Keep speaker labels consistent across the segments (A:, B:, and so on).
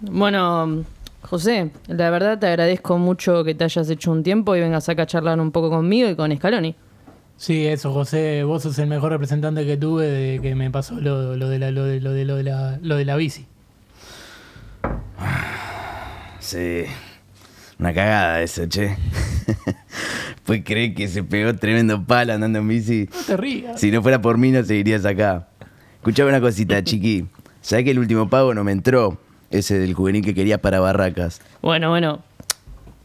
A: Bueno, José, la verdad te agradezco mucho que te hayas hecho un tiempo y vengas acá a charlar un poco conmigo y con Scaloni.
B: Sí, eso, José, vos sos el mejor representante que tuve de que me pasó lo, lo de, la, lo, de, lo, de, lo, de la, lo de la bici.
C: Sí. Una cagada eso, che. Pues creer que se pegó tremendo palo andando en bici.
B: No te rías.
C: Si no fuera por mí, no seguirías acá. Escuchame una cosita, chiqui. ¿Sabés que el último pago no me entró? Ese del juvenil que quería para Barracas.
A: Bueno, bueno,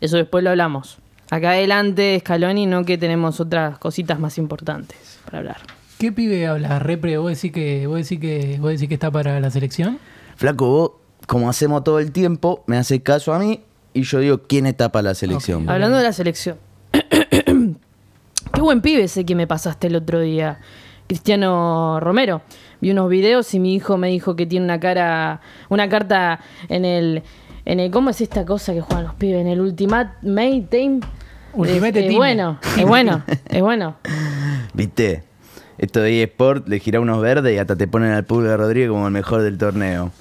A: eso después lo hablamos. Acá adelante, Scaloni, no que tenemos otras cositas más importantes para hablar.
B: ¿Qué pibe hablas, Repre? ¿Vos decís que, vos decís que, vos decís que está para la selección?
C: Flaco, vos, como hacemos todo el tiempo, me haces caso a mí y yo digo quién está para la selección.
B: Ok.
A: Hablando de la selección. Qué buen pibe ese que me pasaste el otro día, Cristiano Romero. Vi unos videos y mi hijo me dijo que tiene una cara, una carta en el, en el ¿cómo es esta cosa que juegan los pibes? En el Ultimate Team.
B: Ultimate
A: es, es
B: Team.
A: bueno, es bueno, es bueno.
C: ¿Viste? Esto de eSport le gira unos verdes y hasta te ponen al Pulga Rodríguez como el mejor del torneo.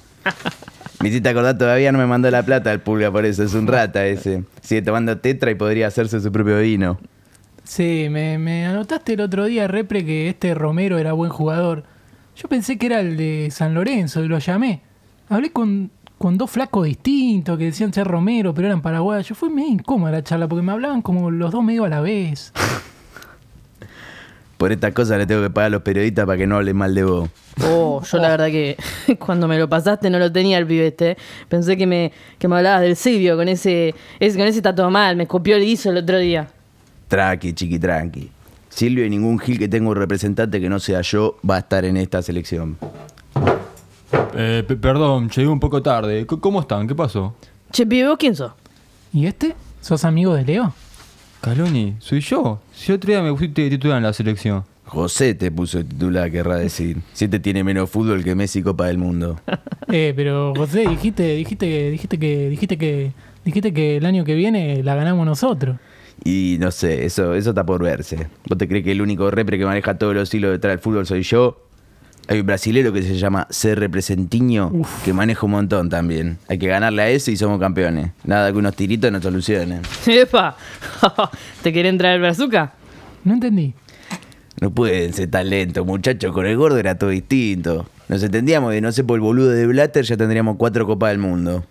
C: Me hiciste acordar, todavía no me mandó la plata al Pulga por eso, es un rata ese. Sigue tomando tetra y podría hacerse su propio vino.
B: Sí, me, me anotaste el otro día, Repre, que este Romero era buen jugador. Yo pensé que era el de San Lorenzo y lo llamé. Hablé con, con dos flacos distintos que decían ser Romero, pero eran paraguayos. Yo fue medio incómoda la charla porque me hablaban como los dos medio a la vez.
C: Por estas cosas le tengo que pagar a los periodistas para que no hablen mal de vos.
A: Oh, yo la verdad que cuando me lo pasaste no lo tenía el pibe este. Pensé que me, que me hablabas del Silvio con ese, ese, con ese tatuado mal, me escopió el guiso el otro día.
C: Tranqui, chiqui, tranqui. Silvio y ningún Gil que tenga un representante que no sea yo va a estar en esta selección.
D: Eh, pe- perdón, llegué un poco tarde. C- ¿Cómo están? ¿Qué pasó?
A: Che, pibe, ¿vos quién sos?
B: ¿Y este? ¿Sos amigo de Leo?
D: Caloni, soy yo. Si otro día me pusiste titular en la selección.
C: José te puso de titular, querrá decir. Siete tiene menos fútbol que Messi Copa del Mundo.
B: Eh, pero José, dijiste, dijiste, dijiste que, dijiste que, dijiste que el año que viene la ganamos nosotros.
C: Y no sé, eso, eso está por verse. ¿Vos te crees que el único repre que maneja todos los hilos detrás del fútbol soy yo? Hay un brasilero que se llama C. Representiño, que maneja un montón también. Hay que ganarle a ese y somos campeones. Nada que unos tiritos nos solucionen.
A: ¡Epa! ¿Te quieren traer el brazuca?
B: No entendí.
C: No pueden ser tan lentos, muchachos. Con el gordo era todo distinto. Nos entendíamos de no sé por el boludo de Blatter ya tendríamos cuatro copas del mundo.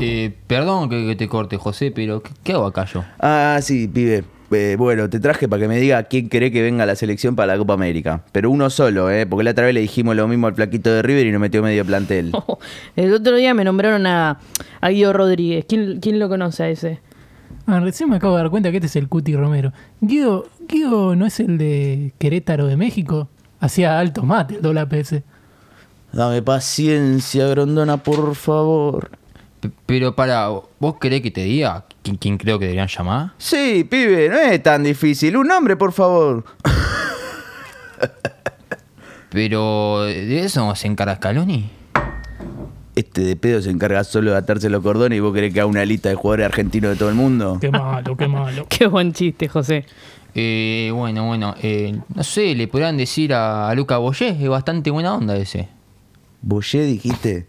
E: Eh, perdón que, que te corte, José, pero ¿qué, qué hago acá yo?
C: Ah, sí, pibe. Eh, bueno, te traje para que me diga quién cree que venga a la selección para la Copa América. Pero uno solo, ¿eh? Porque la otra vez le dijimos lo mismo al flaquito de River y nos metió medio plantel.
A: El otro día me nombraron a, a Guido Rodríguez. ¿Quién, quién lo conoce a ese?
B: Ah, recién me acabo de dar cuenta que este es el Cuti Romero. Guido, Guido no es el de Querétaro de México. Hacía alto mate el doble PS.
C: Dame paciencia, Grondona, por favor.
E: P- pero para, ¿vos querés que te diga quién, quién creo que deberían llamar?
C: Sí, pibe, no es tan difícil. Un nombre, por favor.
E: Pero de eso se encarga Scaloni.
C: Este de pedo se encarga solo de atarse los cordones y vos querés que haga una lista de jugadores argentinos de todo el mundo.
B: Qué malo, qué malo.
A: Qué buen chiste, José.
E: Eh, bueno, bueno, eh, no sé, le podrían decir a, a Luca Boyé, es bastante buena onda ese.
C: ¿Boyé dijiste?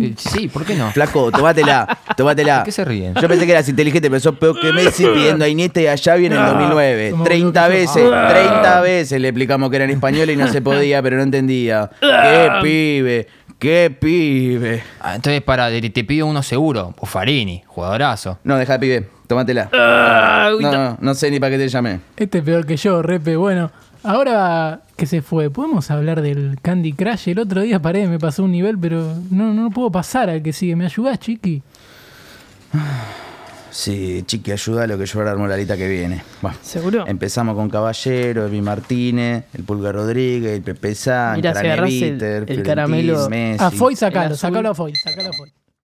E: Eh, sí, ¿por qué no?
C: Flaco, tomátela, tomátela.
E: ¿De qué se ríen?
C: Yo pensé que eras inteligente, pero sos peor que Messi pidiendo a Iniesta y a Xavi en el 2009.
B: somos
C: 30
B: boludos que
C: veces, 30 veces le explicamos que eran españoles y no se podía, pero no entendía. ¡Qué pibe! ¡Qué pibe!
E: Ah, entonces, para, te, te pido uno seguro. Buffarini, jugadorazo.
C: No, deja pibe, tomátela. No, no, no sé ni para qué te llamé.
B: Este es peor que yo, Repe. Bueno, ahora que se fue, ¿podemos hablar del Candy Crush? El otro día paré, me pasó un nivel, pero no, no puedo pasar al que sigue. ¿Me ayudás, chiqui?
C: Sí, chiqui, ayuda a lo que yo ahora armo la lista que viene. Bueno,
A: ¿Seguro?
C: Empezamos con Caballero, Emi Martínez, el Pulga Rodríguez, el Pepe San,
A: Mirá, si agarrás el- el caramelo-
C: Eh,
B: Ah, A Foy sacalo, sacalo a Foy, sacalo a Foy.